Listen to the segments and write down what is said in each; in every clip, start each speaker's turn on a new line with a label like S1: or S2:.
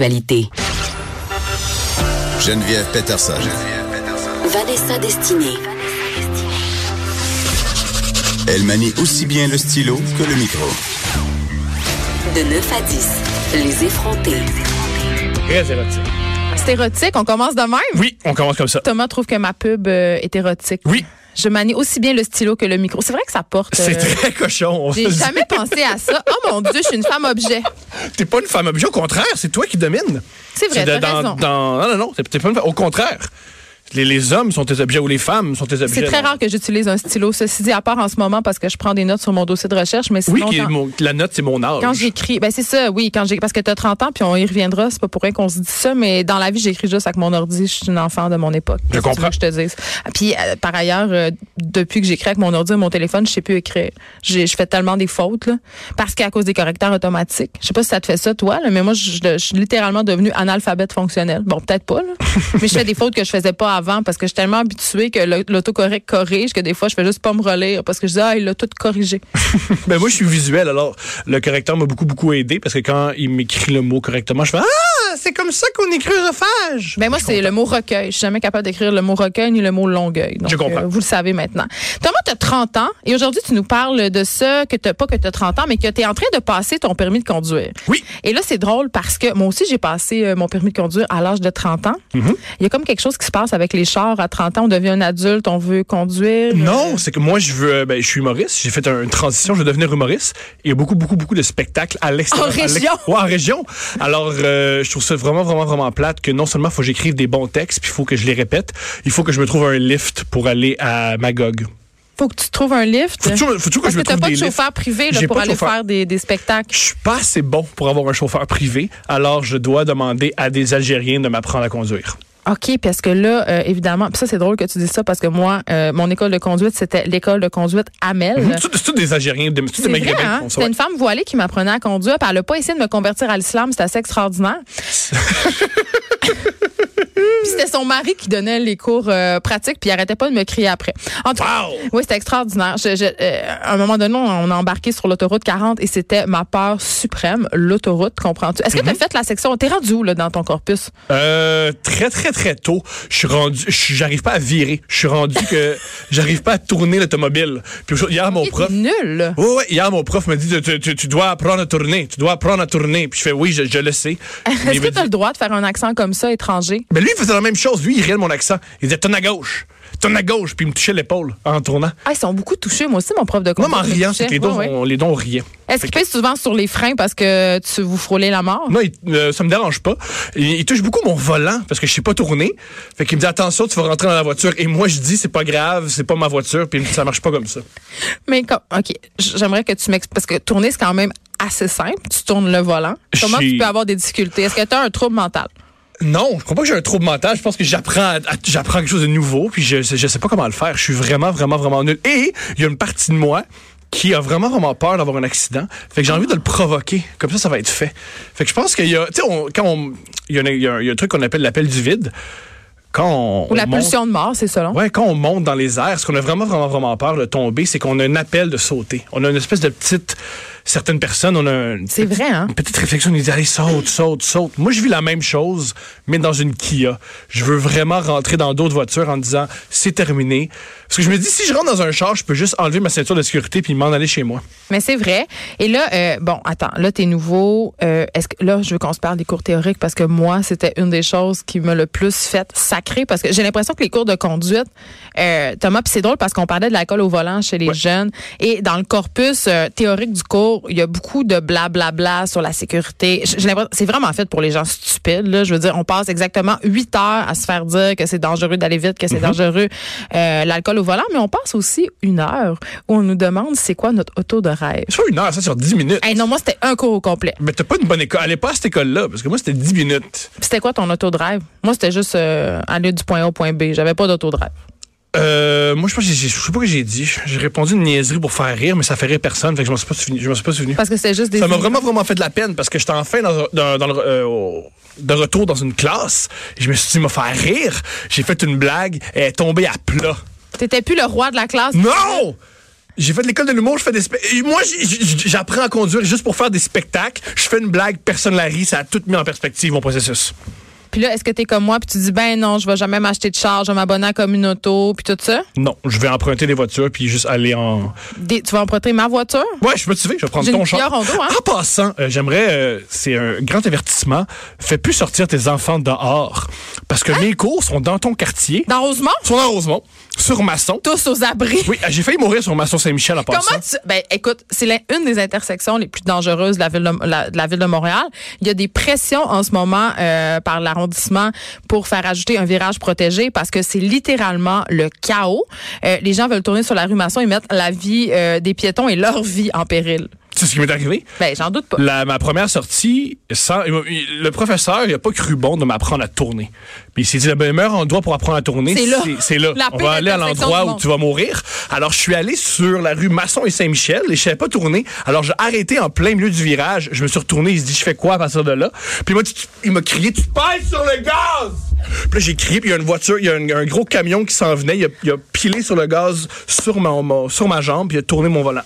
S1: Actualité.
S2: Geneviève Peterson. Geneviève Peterson.
S1: Vanessa Destinée.
S2: Elle manie aussi bien le stylo que le micro.
S1: De 9 à 10. Les effrontés.
S3: Très érotique.
S4: C'est érotique, Euh, on commence de même.
S3: Oui, on commence comme ça.
S4: Thomas trouve que ma pub euh, est érotique.
S3: Oui.
S4: Je manie aussi bien le stylo que le micro. C'est vrai que ça porte. euh,
S3: C'est très cochon. on
S4: J'ai
S3: se dit.
S4: jamais pensé à ça. Oh mon Dieu, je suis une femme objet.
S3: T'es pas une femme objet, au contraire, c'est toi qui domines.
S4: C'est vrai,
S3: de-
S4: t'as
S3: dans,
S4: raison.
S3: dans- Non, non, non, t'es- t'es pas une femme- Au contraire. Les, les hommes sont tes objets ou les femmes sont tes objets.
S4: C'est très
S3: non?
S4: rare que j'utilise un stylo, ceci dit, à part en ce moment parce que je prends des notes sur mon dossier de recherche, mais
S3: Oui,
S4: sinon.
S3: qui est
S4: quand-
S3: mon- la note, c'est mon âge.
S4: Quand j'écris, ben c'est ça, oui, quand j'ai parce que tu as 30 ans puis on y reviendra, c'est pas pour rien qu'on se dit ça, mais dans la vie, j'écris juste avec mon ordi, je suis une enfant de mon époque. Qu'est-ce que tu
S3: comprends.
S4: veux que je te dise. Ah, Puis euh, par ailleurs, euh, depuis que j'écris avec mon ordi et mon téléphone, je sais plus écrire. J'ai- Je fais tellement des fautes là, parce qu'à cause des correcteurs automatiques. Je sais pas si ça te fait ça toi, là, mais moi je, je- je suis littéralement devenue analphabète fonctionnelle. Bon, peut-être pas là, mais je fais des fautes que je faisais pas avant parce que je suis tellement habituée que le- l'autocorrect corrige que des fois je fais juste pas me relire parce que je dis ah, il l'a tout corrigé.
S3: Ben, moi, je suis visuel, alors le correcteur m'a beaucoup, beaucoup aidé parce que quand il m'écrit le mot correctement, je fais Ah, c'est comme ça qu'on écrit œsophage.
S4: Ben moi, c'est le mot recueil. Je suis jamais capable d'écrire le mot recueil ni le mot longueuil. Donc, euh,
S3: Je comprends.
S4: vous le savez maintenant. Thomas, tu as 30 ans et aujourd'hui, tu nous parles de ça, que t'as pas que tu as 30 ans, mais que tu es en train de passer ton permis de conduire.
S3: Oui.
S4: Et là, c'est drôle parce que moi aussi, j'ai passé euh, mon permis de conduire à l'âge de 30 ans.
S3: Mm-hmm.
S4: Il y a comme quelque chose qui se passe avec les chars à 30 ans. On devient un adulte, on veut conduire.
S3: Non, c'est que moi, je veux. euh, Ben, je suis humoriste. J'ai fait un- une transition. Je veux devenir humoriste. Il y a beaucoup, beaucoup, beaucoup de spectacles à l'extérieur.
S4: En
S3: à l'ex-
S4: région.
S3: Ouais, en région. Alors, euh, je trouve ça vraiment, vraiment, vraiment plate que non seulement faut que j'écrive des bons textes, puis il faut que je les répète, il faut que je me trouve un lift pour aller à Magog.
S4: Faut que tu trouves un lift.
S3: Faut toujours, faut toujours que
S4: Hein? Parce
S3: je
S4: que
S3: me
S4: t'as
S3: trouve
S4: pas
S3: des
S4: de
S3: lifts.
S4: chauffeur privé là,
S3: J'ai
S4: pour
S3: pas de
S4: aller
S3: chauffeur.
S4: faire des, des spectacles.
S3: Je suis pas assez bon pour avoir un chauffeur privé, alors je dois demander à des Algériens de m'apprendre à conduire.
S4: OK, parce que là, euh, évidemment, pis ça, c'est drôle que tu dis ça parce que moi, euh, mon école de conduite, c'était l'école de conduite Amel.
S3: Mhm. C'est tout- c'est tout des Algériens, des- c'est tout
S4: Hein? C'est
S3: des
S4: vrai,
S3: Maghrébins.
S4: hein?
S3: qui font ça,
S4: C'était
S3: ouais.
S4: une femme voilée qui m'apprenait à conduire, puis elle a pas essayé de me convertir à l'islam, c'est assez extraordinaire. Puis c'était son mari qui donnait les cours euh, pratiques, puis il arrêtait pas de me crier après. En tout cas,
S3: Wow!
S4: oui, c'était extraordinaire. Je- je- euh, à un moment donné, on, on a embarqué sur l'autoroute 40 et c'était ma peur suprême, l'autoroute, comprends-tu? Est-ce que
S3: Mhm.
S4: tu as fait la section? T'es rendu où, là, dans ton corpus?
S3: Euh, très très très tôt, je suis rendu, je suis- j'arrive pas à virer, je suis rendu que j'arrive pas à tourner l'automobile. Puis hier mon
S4: Il est
S3: prof,
S4: nul. là.
S3: oui, oui, hier mon prof me dit tu, tu- tu dois apprendre à tourner, tu dois apprendre à tourner. Puis je fais oui, je, je le sais. Mais
S4: Est-ce
S3: il
S4: que
S3: me
S4: tu as le
S3: dit-
S4: droit de faire un accent comme ça, étranger?
S3: Mais lui il faisait la même chose, lui il riait de mon accent, il disait tourne à gauche, tourne à gauche, puis il me touchait l'épaule en tournant.
S4: Ah, ils sont beaucoup touchés. Moi aussi, mon prof de
S3: Moi,
S4: conduite.
S3: en
S4: me
S3: riant, c'est que les
S4: touchait.
S3: dons,
S4: Ouais, ouais.
S3: on- les dons riaient.
S4: Est-ce
S3: Fait
S4: qu'il
S3: que-
S4: pèse souvent sur les freins parce que tu vous frôlez la mort?
S3: Non, il- euh, ça me dérange pas. Il, il touche beaucoup mon volant parce que je sais pas tourner. Fait qu'il me dit attention, tu vas rentrer dans la voiture. Et moi je dis c'est pas grave, c'est pas ma voiture. Puis il me dit ça marche pas comme ça.
S4: Mais comme, OK, j- j'aimerais que tu m'expliques. Parce que tourner, c'est quand même assez simple. Tu tournes le volant. Comment
S3: J'ai-
S4: tu peux avoir des difficultés? Est-ce que tu as un trouble mental?
S3: Non, je crois pas que j'ai un trouble mental. Je pense que j'apprends à- à- j'apprends quelque chose de nouveau, puis je, je sais pas comment le faire. Je suis vraiment, vraiment, vraiment nul. Et il y a une partie de moi qui a vraiment, vraiment peur d'avoir un accident. Fait que j'ai envie de le provoquer. Comme ça, ça va être fait. Fait que je pense qu'il y a. Tu sais, on- quand on. Il y, a un- il y a un- il y a un truc qu'on appelle l'appel du vide. Quand on.
S4: Ou la
S3: on monte-
S4: pulsion de mort, c'est selon?
S3: Ouais, quand on monte dans les airs, ce qu'on a vraiment, vraiment, vraiment peur de tomber, c'est qu'on a un appel de sauter. On a une espèce de petite. Certaines personnes, on a une
S4: C'est vrai, hein?
S3: une petite réflexion, il dit allez, saute, saute, saute. Moi, je vis la même chose, mais dans une Kia. Je veux vraiment rentrer dans d'autres voitures en disant c'est terminé. Parce que je me dis, si je rentre dans un char, je peux juste enlever ma ceinture de sécurité puis m'en aller chez moi.
S4: Mais c'est vrai. Et là, euh, bon, attends, là, t'es nouveau. Euh, est-ce que là, je veux qu'on se parle des cours théoriques parce que moi, c'était une des choses qui me le plus fait sacrer parce que j'ai l'impression que les cours de conduite, euh, Thomas, puis c'est drôle parce qu'on parlait de l'alcool au volant chez les jeunes et dans le corpus euh, théorique du cours, il y a beaucoup de blablabla sur la sécurité. J- j'ai l'impression- C'est vraiment fait pour les gens stupides. Là. Je veux dire, on passe exactement huit heures à se faire dire que c'est dangereux d'aller vite,
S3: Mm-hmm.
S4: que c'est dangereux euh, l'alcool au volant, mais on passe aussi une heure où on nous demande c'est quoi notre auto de rêve.
S3: C'est pas une heure, ça, sur 10 minutes.
S4: Hey, non, moi, c'était un cours au complet.
S3: Mais t'as pas une bonne école. Allez pas à cette école-là, parce que moi, c'était 10 minutes.
S4: Puis C'était quoi ton auto de rêve? Moi, c'était juste euh, aller du point A au point B. J'avais pas d'auto de rêve.
S3: Euh, moi, je pense que j'ai- je sais pas ce que j'ai dit. J'ai répondu une niaiserie pour faire rire, mais ça fait rire personne. Fait que je m'en suis pas souvenu. Je m'en suis pas souvenu.
S4: Parce que c'était juste des.
S3: Ça m'a vraiment, vraiment fait de la peine parce que j'étais enfin dans, un- dans- dans le, euh, au- de retour dans une classe. Je me suis dit, me faire rire. J'ai fait une blague. Elle est tombée à plat.
S4: T'étais plus le roi de la classe.
S3: Non! J'ai fait de l'école de l'humour, je fais des spe- et Moi, j- j- j'apprends à conduire juste pour faire des spectacles. Je fais une blague, personne la rit, ça a tout mis en perspective, mon processus.
S4: Puis là, est-ce que tu es comme moi, puis tu dis, ben non, je vais jamais m'acheter de char, je vais m'abonner à comme une auto, puis tout ça?
S3: Non, je vais emprunter des voitures puis juste aller en.
S4: Des- tu vas emprunter ma voiture?
S3: Ouais, je suis motivé, je vais prendre
S4: J'ai
S3: ton
S4: une
S3: char.
S4: Kia Rondo, hein?
S3: En passant, euh, j'aimerais, euh, c'est un grand avertissement, fais plus sortir tes enfants dehors parce que mes cours sont dans ton quartier,
S4: Hein? Dans Rosemont?
S3: sont dans Rosemont, sur Masson.
S4: Tous aux abris.
S3: Oui, ah, j'ai failli mourir sur Masson-Saint-Michel en passant.
S4: Comment tu. Ben, écoute, c'est l'un- une des intersections les plus dangereuses de la ville de, la- de la ville de Montréal. Il y a des pressions en ce moment euh, par l'arrondissement pour faire ajouter un virage protégé parce que c'est littéralement le chaos. Euh, les gens veulent tourner sur la rue Masson et mettre la vie euh, des piétons et leur vie en péril.
S3: C'est ce qui m'est arrivé.
S4: Ben, j'en doute pas.
S3: La, ma première sortie, sans, il m'a- il- le professeur, il a pas cru bon de m'apprendre à tourner. Puis il s'est dit, ben, le meilleur endroit pour apprendre à tourner,
S4: C'est là.
S3: c'est là.
S4: La
S3: On
S4: pire
S3: va aller à
S4: intersection
S3: l'endroit
S4: du
S3: où
S4: monde.
S3: tu vas mourir. Alors, je suis allé sur la rue Masson et Saint-Michel et je savais pas tourner. Alors, j'ai arrêté en plein milieu du virage. Je me suis retourné. Il se dit, je fais quoi à partir de là? Puis moi, il m'a crié, tu te pèses sur le gaz! Puis là, j'ai crié, puis il y a une voiture, il y a un, un gros camion qui s'en venait. Il a, il a pilé sur le gaz sur ma, ma- sur ma jambe, puis il a tourné mon volant.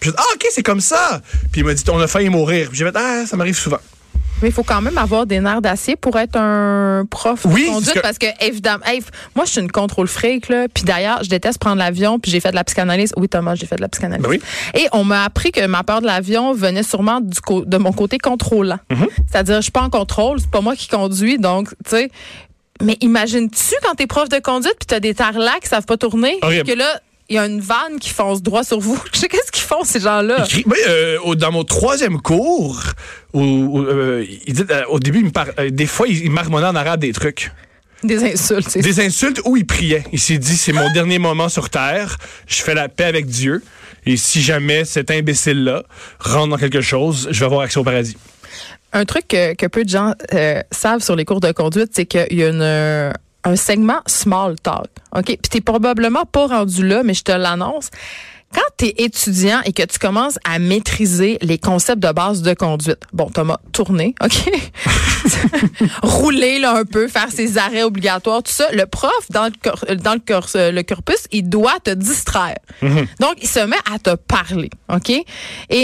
S3: Puis j'ai dit, ah, OK, c'est comme ça. Puis il m'a dit, on a failli mourir. Puis j'ai fait, ah, ça m'arrive souvent.
S4: Mais il faut quand même avoir des nerfs d'acier pour être un prof
S3: Oui,
S4: de conduite
S3: parce
S4: parce que, évidemment, hey, f- moi, je suis une contrôle fric, là. Puis d'ailleurs, je déteste prendre l'avion, puis j'ai fait de la psychanalyse. Oui, Thomas, j'ai fait de la psychanalyse.
S3: Ben oui.
S4: Et on m'a appris que ma peur de l'avion venait sûrement du co- de mon côté contrôlant.
S3: Mm-hmm.
S4: C'est-à-dire, je suis pas en contrôle, c'est pas moi qui conduis, donc, tu sais. Mais imagines-tu quand t'es prof de conduite, puis t'as des tarlacs qui savent pas tourner,
S3: Horrible.
S4: que là, il y a une vanne qui fonce droit sur vous. Je sais qu'est-ce qu'ils font, ces gens-là.
S3: Il crie- Oui, euh, au- dans mon troisième cours, au, au- euh, il dit- euh, au début, il me par- euh, des fois, il, il marmonnait en arabe des trucs.
S4: Des insultes, c'est
S3: Des insultes où il priait. Il s'est dit, c'est mon dernier moment sur Terre, je fais la paix avec Dieu, et si jamais cet imbécile-là rentre dans quelque chose, je vais avoir accès au paradis.
S4: Un truc que, que peu de gens euh, savent sur les cours de conduite, c'est qu'il y a une, euh, un segment small talk. OK? Puis t'es probablement pas rendu là, mais je te l'annonce. Quand tu es étudiant et que tu commences à maîtriser les concepts de base de conduite, bon, Thomas, tourner, OK? Rouler là, un peu, faire ses arrêts obligatoires, tout ça, le prof, dans le, cor- euh, dans le, cor- euh, le corpus, il doit te distraire.
S3: Mhm.
S4: Donc, il se met à te parler, OK? Et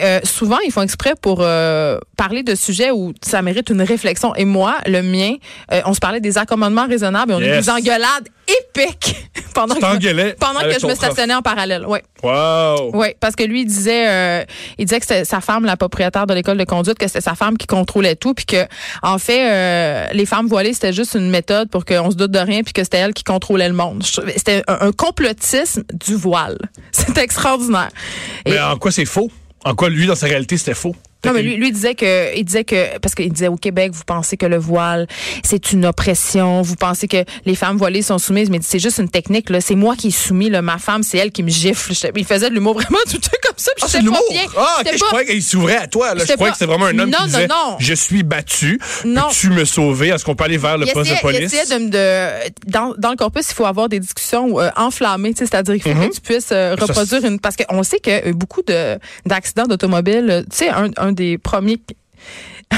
S4: euh, souvent, ils font exprès pour euh, parler de sujets où ça mérite une réflexion. Et moi, le mien, euh, on se parlait des accommodements raisonnables et on a eu
S3: Yes.
S4: des engueulades épiques pendant
S3: Tu
S4: que, je
S3: t'engueulais
S4: me- pendant
S3: avec
S4: que je
S3: ton
S4: me
S3: prof.
S4: stationnais en parallèle. Oui.
S3: Wow!
S4: Oui, parce que lui, il disait, euh, il disait que c'était sa femme, la propriétaire de l'école de conduite, que c'était sa femme qui contrôlait tout, puis que, en fait, euh, les femmes voilées, c'était juste une méthode pour qu'on se doute de rien, puis que c'était elle qui contrôlait le monde. Je trouvais- C'était un, un complotisme du voile. C'était extraordinaire. Et-
S3: Mais en quoi c'est faux? En quoi, lui, dans sa réalité, c'était faux?
S4: non, mais lui, lui disait que, il disait que, parce qu'il disait au Québec, vous pensez que le voile, c'est une oppression, vous pensez que les femmes voilées sont soumises, mais il dit, c'est juste une technique, là. C'est moi qui est soumis, là. Ma femme, c'est elle qui me gifle. J'étais- Il faisait de l'humour vraiment tout comme ça, puis
S3: Ah, c'est
S4: j'étais
S3: de
S4: pas
S3: l'humour.
S4: bien.
S3: Ah, ok,
S4: J'étais
S3: je
S4: pas-
S3: croyais qu'il s'ouvrait à toi. là. Je
S4: J'étais
S3: croyais
S4: pas-
S3: que c'était vraiment un homme
S4: Non,
S3: qui
S4: non,
S3: disait
S4: non.
S3: Je suis battu.
S4: Non.
S3: Peux-tu me sauver Est-ce qu'on peut aller vers le
S4: Il
S3: poste de
S4: essayait- il
S3: police
S4: essayait de me- de- dans, dans le corpus, il faut avoir des discussions euh, enflammées, tu sais, c'est-à-dire il faut que tu puisses euh,
S3: Mm-hmm. Ça,
S4: reproduire une parce qu'on sait que euh, beaucoup de d'accidents d'automobiles, euh, tu sais, un, un des premiers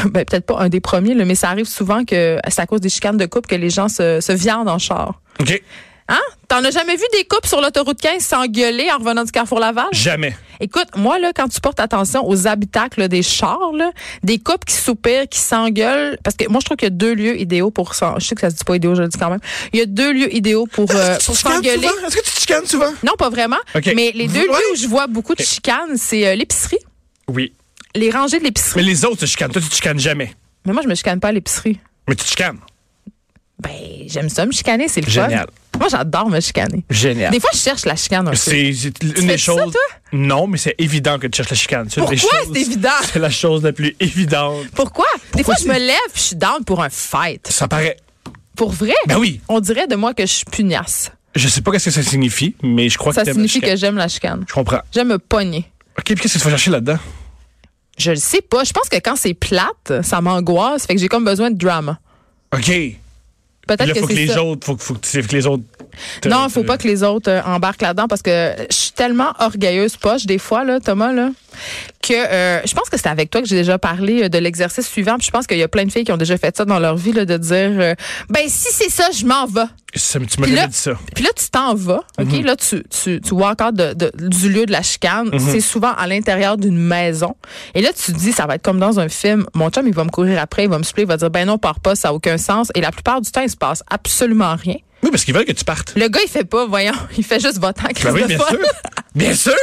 S4: ben, peut-être pas un des premiers, là, mais ça arrive souvent que c'est à cause des chicanes de couple que les gens se, se viandent en char.
S3: OK.
S4: Hein? T'en as jamais vu des couples sur l'autoroute 15 s'engueuler en revenant du carrefour Laval?
S3: Jamais.
S4: Écoute, moi, là, quand tu portes attention aux habitacles là, des chars, là, des couples qui soupirent, qui s'engueulent, parce que moi, je trouve qu'il y a deux lieux idéaux pour s'en... Je sais que ça se dit pas idéaux, je le dis quand même. Il y a deux lieux idéaux pour, euh,
S3: Est-ce que Ah, tu
S4: pour
S3: te chicanes
S4: s'engueuler.
S3: souvent? Est-ce que tu te chicanes souvent
S4: Non, pas vraiment.
S3: OK.
S4: Mais les deux
S3: Ouais.
S4: lieux où je vois beaucoup de chicanes, c'est euh, l'épicerie,
S3: Oui.
S4: les rangées de
S3: Mais
S4: l'épicerie.
S3: les autres se chicanent. Toi, tu te chicanes jamais.
S4: Mais moi, je me chicane pas à l'épicerie.
S3: Mais tu te chicanes.
S4: Ben, j'aime ça me chicaner, c'est le fun.
S3: Génial.
S4: Moi, j'adore me chicaner.
S3: Génial.
S4: Des fois, je cherche la chicane un peu.
S3: C'est c'est une
S4: fais
S3: des
S4: ça,
S3: choses.
S4: toi?
S3: non, mais c'est évident que tu cherches la chicane. C'est une des
S4: Pourquoi
S3: choses-
S4: c'est évident?
S3: C'est la chose la plus évidente.
S4: Pourquoi? Des
S3: Pourquoi
S4: fois, je me
S3: c'est-
S4: lève, puis je suis down pour un fight.
S3: Ça paraît.
S4: Pour vrai?
S3: Ben oui.
S4: On dirait de moi que je suis pugnace.
S3: Je sais pas qu'est-ce que ça signifie, mais je crois
S4: Ça
S3: que t'aimes
S4: signifie
S3: la chicane.
S4: que j'aime la chicane.
S3: Je comprends.
S4: J'aime me pogner.
S3: OK, puis qu'est-ce que tu vas chercher là-dedans?
S4: Je le sais pas. Je pense que quand c'est plate, ça m'angoisse. Fait que j'ai comme besoin de drama.
S3: OK. Là,
S4: Peut-être que
S3: faut que
S4: c'est
S3: les
S4: ça.
S3: autres. euh, Faut que, faut que, faut que les autres. te-
S4: Non, faut
S3: te-
S4: pas que les autres euh, embarquent euh, là-dedans parce que je- tellement orgueilleuse poche des fois, là, Thomas, là, que euh, je pense que c'est avec toi que j'ai déjà parlé euh, de l'exercice suivant. Puis je pense qu'il y a plein de filles qui ont déjà fait ça dans leur vie, là, de dire euh, Ben, si c'est ça, je m'en vais.
S3: Ça- tu
S4: Puis
S3: m'avais
S4: là,
S3: dit ça. Mm-hmm.
S4: puis là, tu t'en vas, OK? Là, tu, tu, tu vois encore de, de- du lieu de la chicane. C'est souvent à l'intérieur d'une maison. Et là, tu te dis, ça va être comme dans un film. Mon chum, il va me courir après, il va me supplier, il va dire, ben non, pars pas, ça n'a aucun sens. Et la plupart du temps, il se passe absolument rien.
S3: Oui, parce qu'ils veulent que tu partes.
S4: Le gars, il fait pas, voyons, il fait juste votant,
S3: Ben
S4: crise
S3: oui,
S4: de
S3: bien
S4: folle.
S3: sûr. Bien sûr.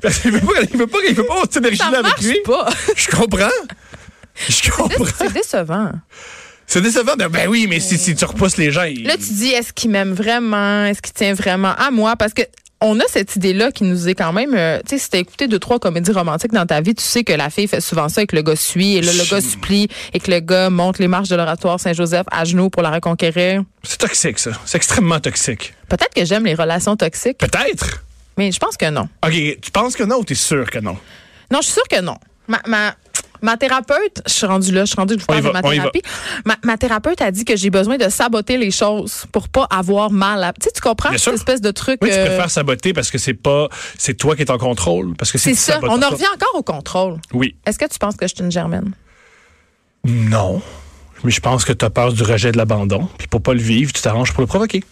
S3: Parce qu'il veut pas, il veut pas, il veut pas, on s'énergie
S4: Ça
S3: là avec
S4: marche
S3: lui.
S4: pas.
S3: Je comprends. Je comprends.
S4: C'est décevant.
S3: C'est décevant. Ben, ben oui, mais si, si tu repousses les gens, ils-
S4: Là, tu dis, est-ce qu'il m'aime vraiment? Est-ce qu'il tient vraiment à moi? Parce que on a cette idée-là qui nous est quand même, euh, tu sais, si t'as écouté deux, trois comédies romantiques dans ta vie, tu sais que la fille fait souvent ça et que le gars suit, et là, le
S3: Chut.
S4: gars supplie, et que le gars monte les marches de l'oratoire Saint-Joseph à genoux pour la reconquérir.
S3: c'est toxique, ça. C'est extrêmement toxique.
S4: Peut-être que j'aime les relations toxiques,
S3: Peut-être.
S4: mais je pense que non.
S3: OK, tu penses que non ou t'es sûr que non?
S4: Non, je suis sûre que non. Ma, ma, ma thérapeute, je suis rendue là, je suis rendue que je vous
S3: On y
S4: parle de
S3: va,
S4: ma
S3: on y va.
S4: thérapie. Ma, ma thérapeute a dit que j'ai besoin de saboter les choses pour pas avoir mal. À... Tu sais, tu comprends
S3: Bien
S4: cette
S3: sûr.
S4: espèce de truc.
S3: Oui, tu
S4: euh,
S3: préfères saboter parce que c'est pas, c'est toi qui es en contrôle. Parce que si
S4: C'est
S3: tu
S4: ça.
S3: sabotes
S4: On en
S3: toi-
S4: revient encore au contrôle.
S3: Oui.
S4: Est-ce que tu penses que je suis une germaine?
S3: Non. Mais je pense que t'as peur du rejet de l'abandon. Puis pour pas le vivre, tu t'arranges pour le provoquer.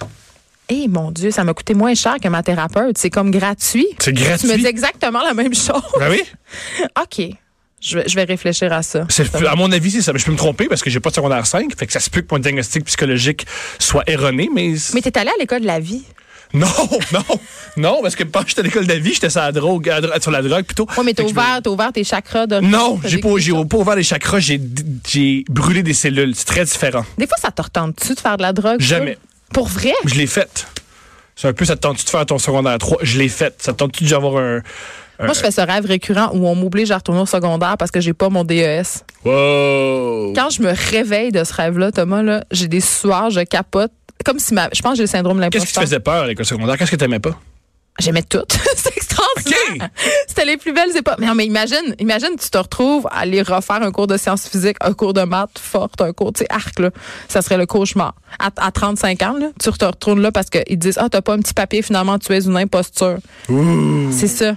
S4: Eh mon Dieu, ça m'a coûté moins cher que ma thérapeute. C'est comme gratuit.
S3: C'est
S4: Tu me dis
S3: gratuit.
S4: exactement la même chose.
S3: Ben oui.
S4: OK. Je vais, je vais réfléchir à ça.
S3: C'est- à mon avis, c'est ça. Mais je peux me tromper parce que j'ai pas de secondaire 5. Fait que ça se peut que mon diagnostic psychologique soit erroné, mais.
S4: Mais t'es allé à l'école de la vie.
S3: Non, non, non, parce que quand j'étais à l'école de la vie, j'étais sur la drogue, à dro- sur la drogue plutôt.
S4: Oui, mais t'as
S3: Fait que je me-
S4: ouvert, t'as ouvert tes chakras de
S3: Non,
S4: t'as
S3: j'ai pas,
S4: découvert
S3: j'ai
S4: ça.
S3: pas ouvert les chakras, j'ai, j'ai brûlé des cellules. C'est très différent.
S4: Des fois, ça te retente-tu de faire de la drogue? ça?
S3: Jamais.
S4: Pour vrai?
S3: Je l'ai faite. C'est un peu, ça te tente-tu de faire ton secondaire 3? Je l'ai faite. Ça te tente-tu d'avoir un.
S4: Moi, je fais ce rêve récurrent où on m'oblige à retourner au secondaire parce que j'ai pas mon DES.
S3: Wow!
S4: Quand je me réveille de ce rêve-là, Thomas, là, j'ai des sueurs, je capote. Comme si ma. Je pense que j'ai le syndrome de l'imposteur.
S3: Qu'est-ce qui te faisait peur à l'école secondaire? Qu'est-ce que t'aimais pas?
S4: J'aimais tout. c'est extraordinaire. C'était les plus belles époques. Mais, non, mais imagine, imagine, tu te retrouves à aller refaire un cours de sciences physiques, un cours de maths forte, un cours, tu sais, arc, là. Ça serait le cauchemar. À, à 35 ans, là, tu te retournes là parce qu'ils disent, ah, t'as pas un petit papier, finalement, tu es une imposture. C'est ça.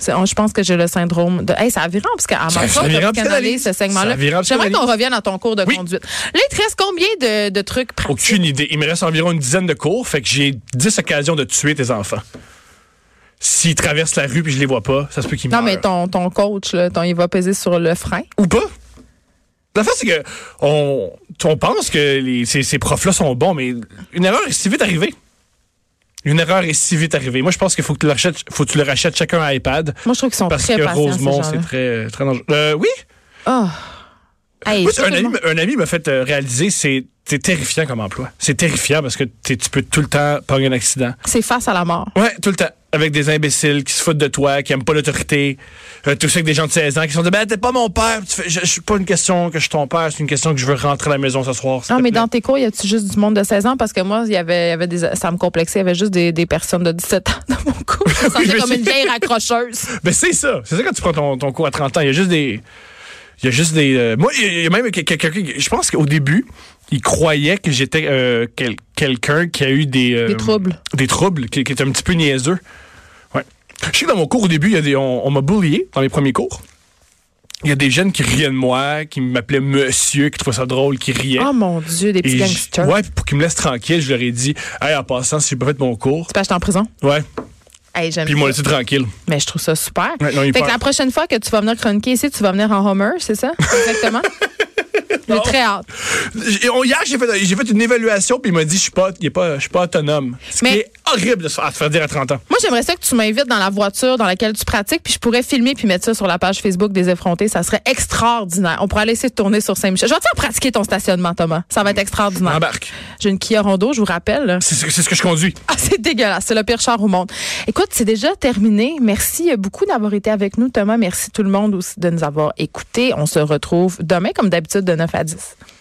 S4: C'est- on- Je pense que j'ai le syndrome de. Hey, ça a viré en parce qu'à ma
S3: Ça a
S4: faute,
S3: viré en
S4: t'as canalisé
S3: psychanalyse.
S4: ce segment-là.
S3: Ça a viré en
S4: J'aimerais qu'on
S3: psychanalyse.
S4: revienne à ton cours de
S3: Oui.
S4: conduite. Là, il te reste combien de, de trucs pratiques?
S3: Aucune idée. Il me reste environ une dizaine de cours, fait que j'ai 10 occasions de tuer tes enfants. S'ils traversent la rue puis je les vois pas, ça se peut qu'ils
S4: Non,
S3: meurent.
S4: mais ton, ton coach, là, ton, il va peser sur le frein.
S3: ou pas. La fin, c'est que on, on pense que les- ces, ces profs-là sont bons, mais une erreur est si vite arrivée. Une erreur est si vite arrivée. Moi, je pense qu'il faut que tu leur achètes, faut que tu leur achètes chacun un iPad.
S4: Moi, je trouve qu'ils sont
S3: Parce
S4: très
S3: que
S4: patients,
S3: Rosemont,
S4: ces
S3: c'est
S4: gens-là.
S3: très, très dangereux. Euh, oui,
S4: Ah. Hey,
S3: Moi,
S4: ça,
S3: un,
S4: c'est
S3: ami,
S4: bon.
S3: un ami m'a fait euh, réaliser, c'est c'est terrifiant comme emploi. C'est terrifiant parce que t'es- tu peux tout le temps prendre un accident.
S4: C'est face à la mort.
S3: Ouais, tout le temps. Avec des imbéciles qui se foutent de toi, qui aiment pas l'autorité. Euh, tout ça avec des gens de 16 ans qui sont de Ben, t'es pas mon père. Tu fais, je, je suis pas une question que je suis ton père, c'est une question que je veux rentrer à la maison ce soir. s'il
S4: Non,
S3: te
S4: mais
S3: plaît.
S4: dans tes cours, y a-tu juste du monde de 16 ans? Parce que moi, il y avait, il y avait des, ça me complexait. Il y avait juste des, des personnes de 17 ans dans mon cours. Je me
S3: je
S4: sentais
S3: me
S4: comme
S3: suis-
S4: une vieille raccrocheuse.
S3: Ben, c'est ça. C'est ça quand tu prends ton, ton cours à 30 ans. Il y a juste des. Il y a juste des. euh, moi, il y a- il y a même quelqu'un. qui- Je pense qu'au début, il croyait que j'étais euh, quel- quelqu'un qui a eu des. euh,
S4: Des troubles.
S3: Des troubles, qui, qui est un petit peu niaiseux. Ouais. Je sais que dans mon cours, au début, il y a des, on, on m'a bullié dans les premiers cours. Il y a des jeunes qui riaient de moi, qui m'appelaient monsieur, qui trouvaient ça drôle, qui riaient.
S4: Oh mon Dieu, des petits
S3: Et je-
S4: gangsters.
S3: ouais, puis pour qu'ils me laissent tranquille, je leur ai dit, hey, en passant, si j'ai pas fait mon cours,
S4: Tu peux acheter en prison?
S3: ouais,
S4: Hey, j'aime
S3: puis ils m'ont
S4: ça.
S3: laissé tranquille.
S4: Mais je trouve ça super.
S3: Ouais, non, il
S4: fait que
S3: parle.
S4: la prochaine fois que tu vas venir chroniquer ici, tu vas venir en Homer, c'est ça? Exactement? J'ai très hâte.
S3: J'ai- on- Hier, j'ai fait, j'ai fait une évaluation, puis il m'a dit, je suis pas, il est pas, je suis pas autonome. Ce
S4: Mais-
S3: qui est horrible de se faire, à se faire dire à 30 ans.
S4: Moi, j'aimerais ça que tu m'invites dans la voiture dans laquelle tu pratiques, puis je pourrais filmer puis mettre ça sur la page Facebook des effrontés. Ça serait extraordinaire. On pourrait aller essayer de tourner sur Saint-Michel. Je vais te faire pratiquer ton stationnement, Thomas. Ça va être extraordinaire.
S3: Embarque.
S4: J'ai une Kia Rondo, je vous rappelle. là.
S3: C'est ce que- c'est ce que je conduis.
S4: Ah, c'est dégueulasse. C'est le pire char au monde. Écoute, c'est déjà terminé. Merci euh, beaucoup d'avoir été avec nous, Thomas. Merci tout le monde aussi de nous avoir écoutés. On se retrouve demain, comme d'habitude, de 9 à 10.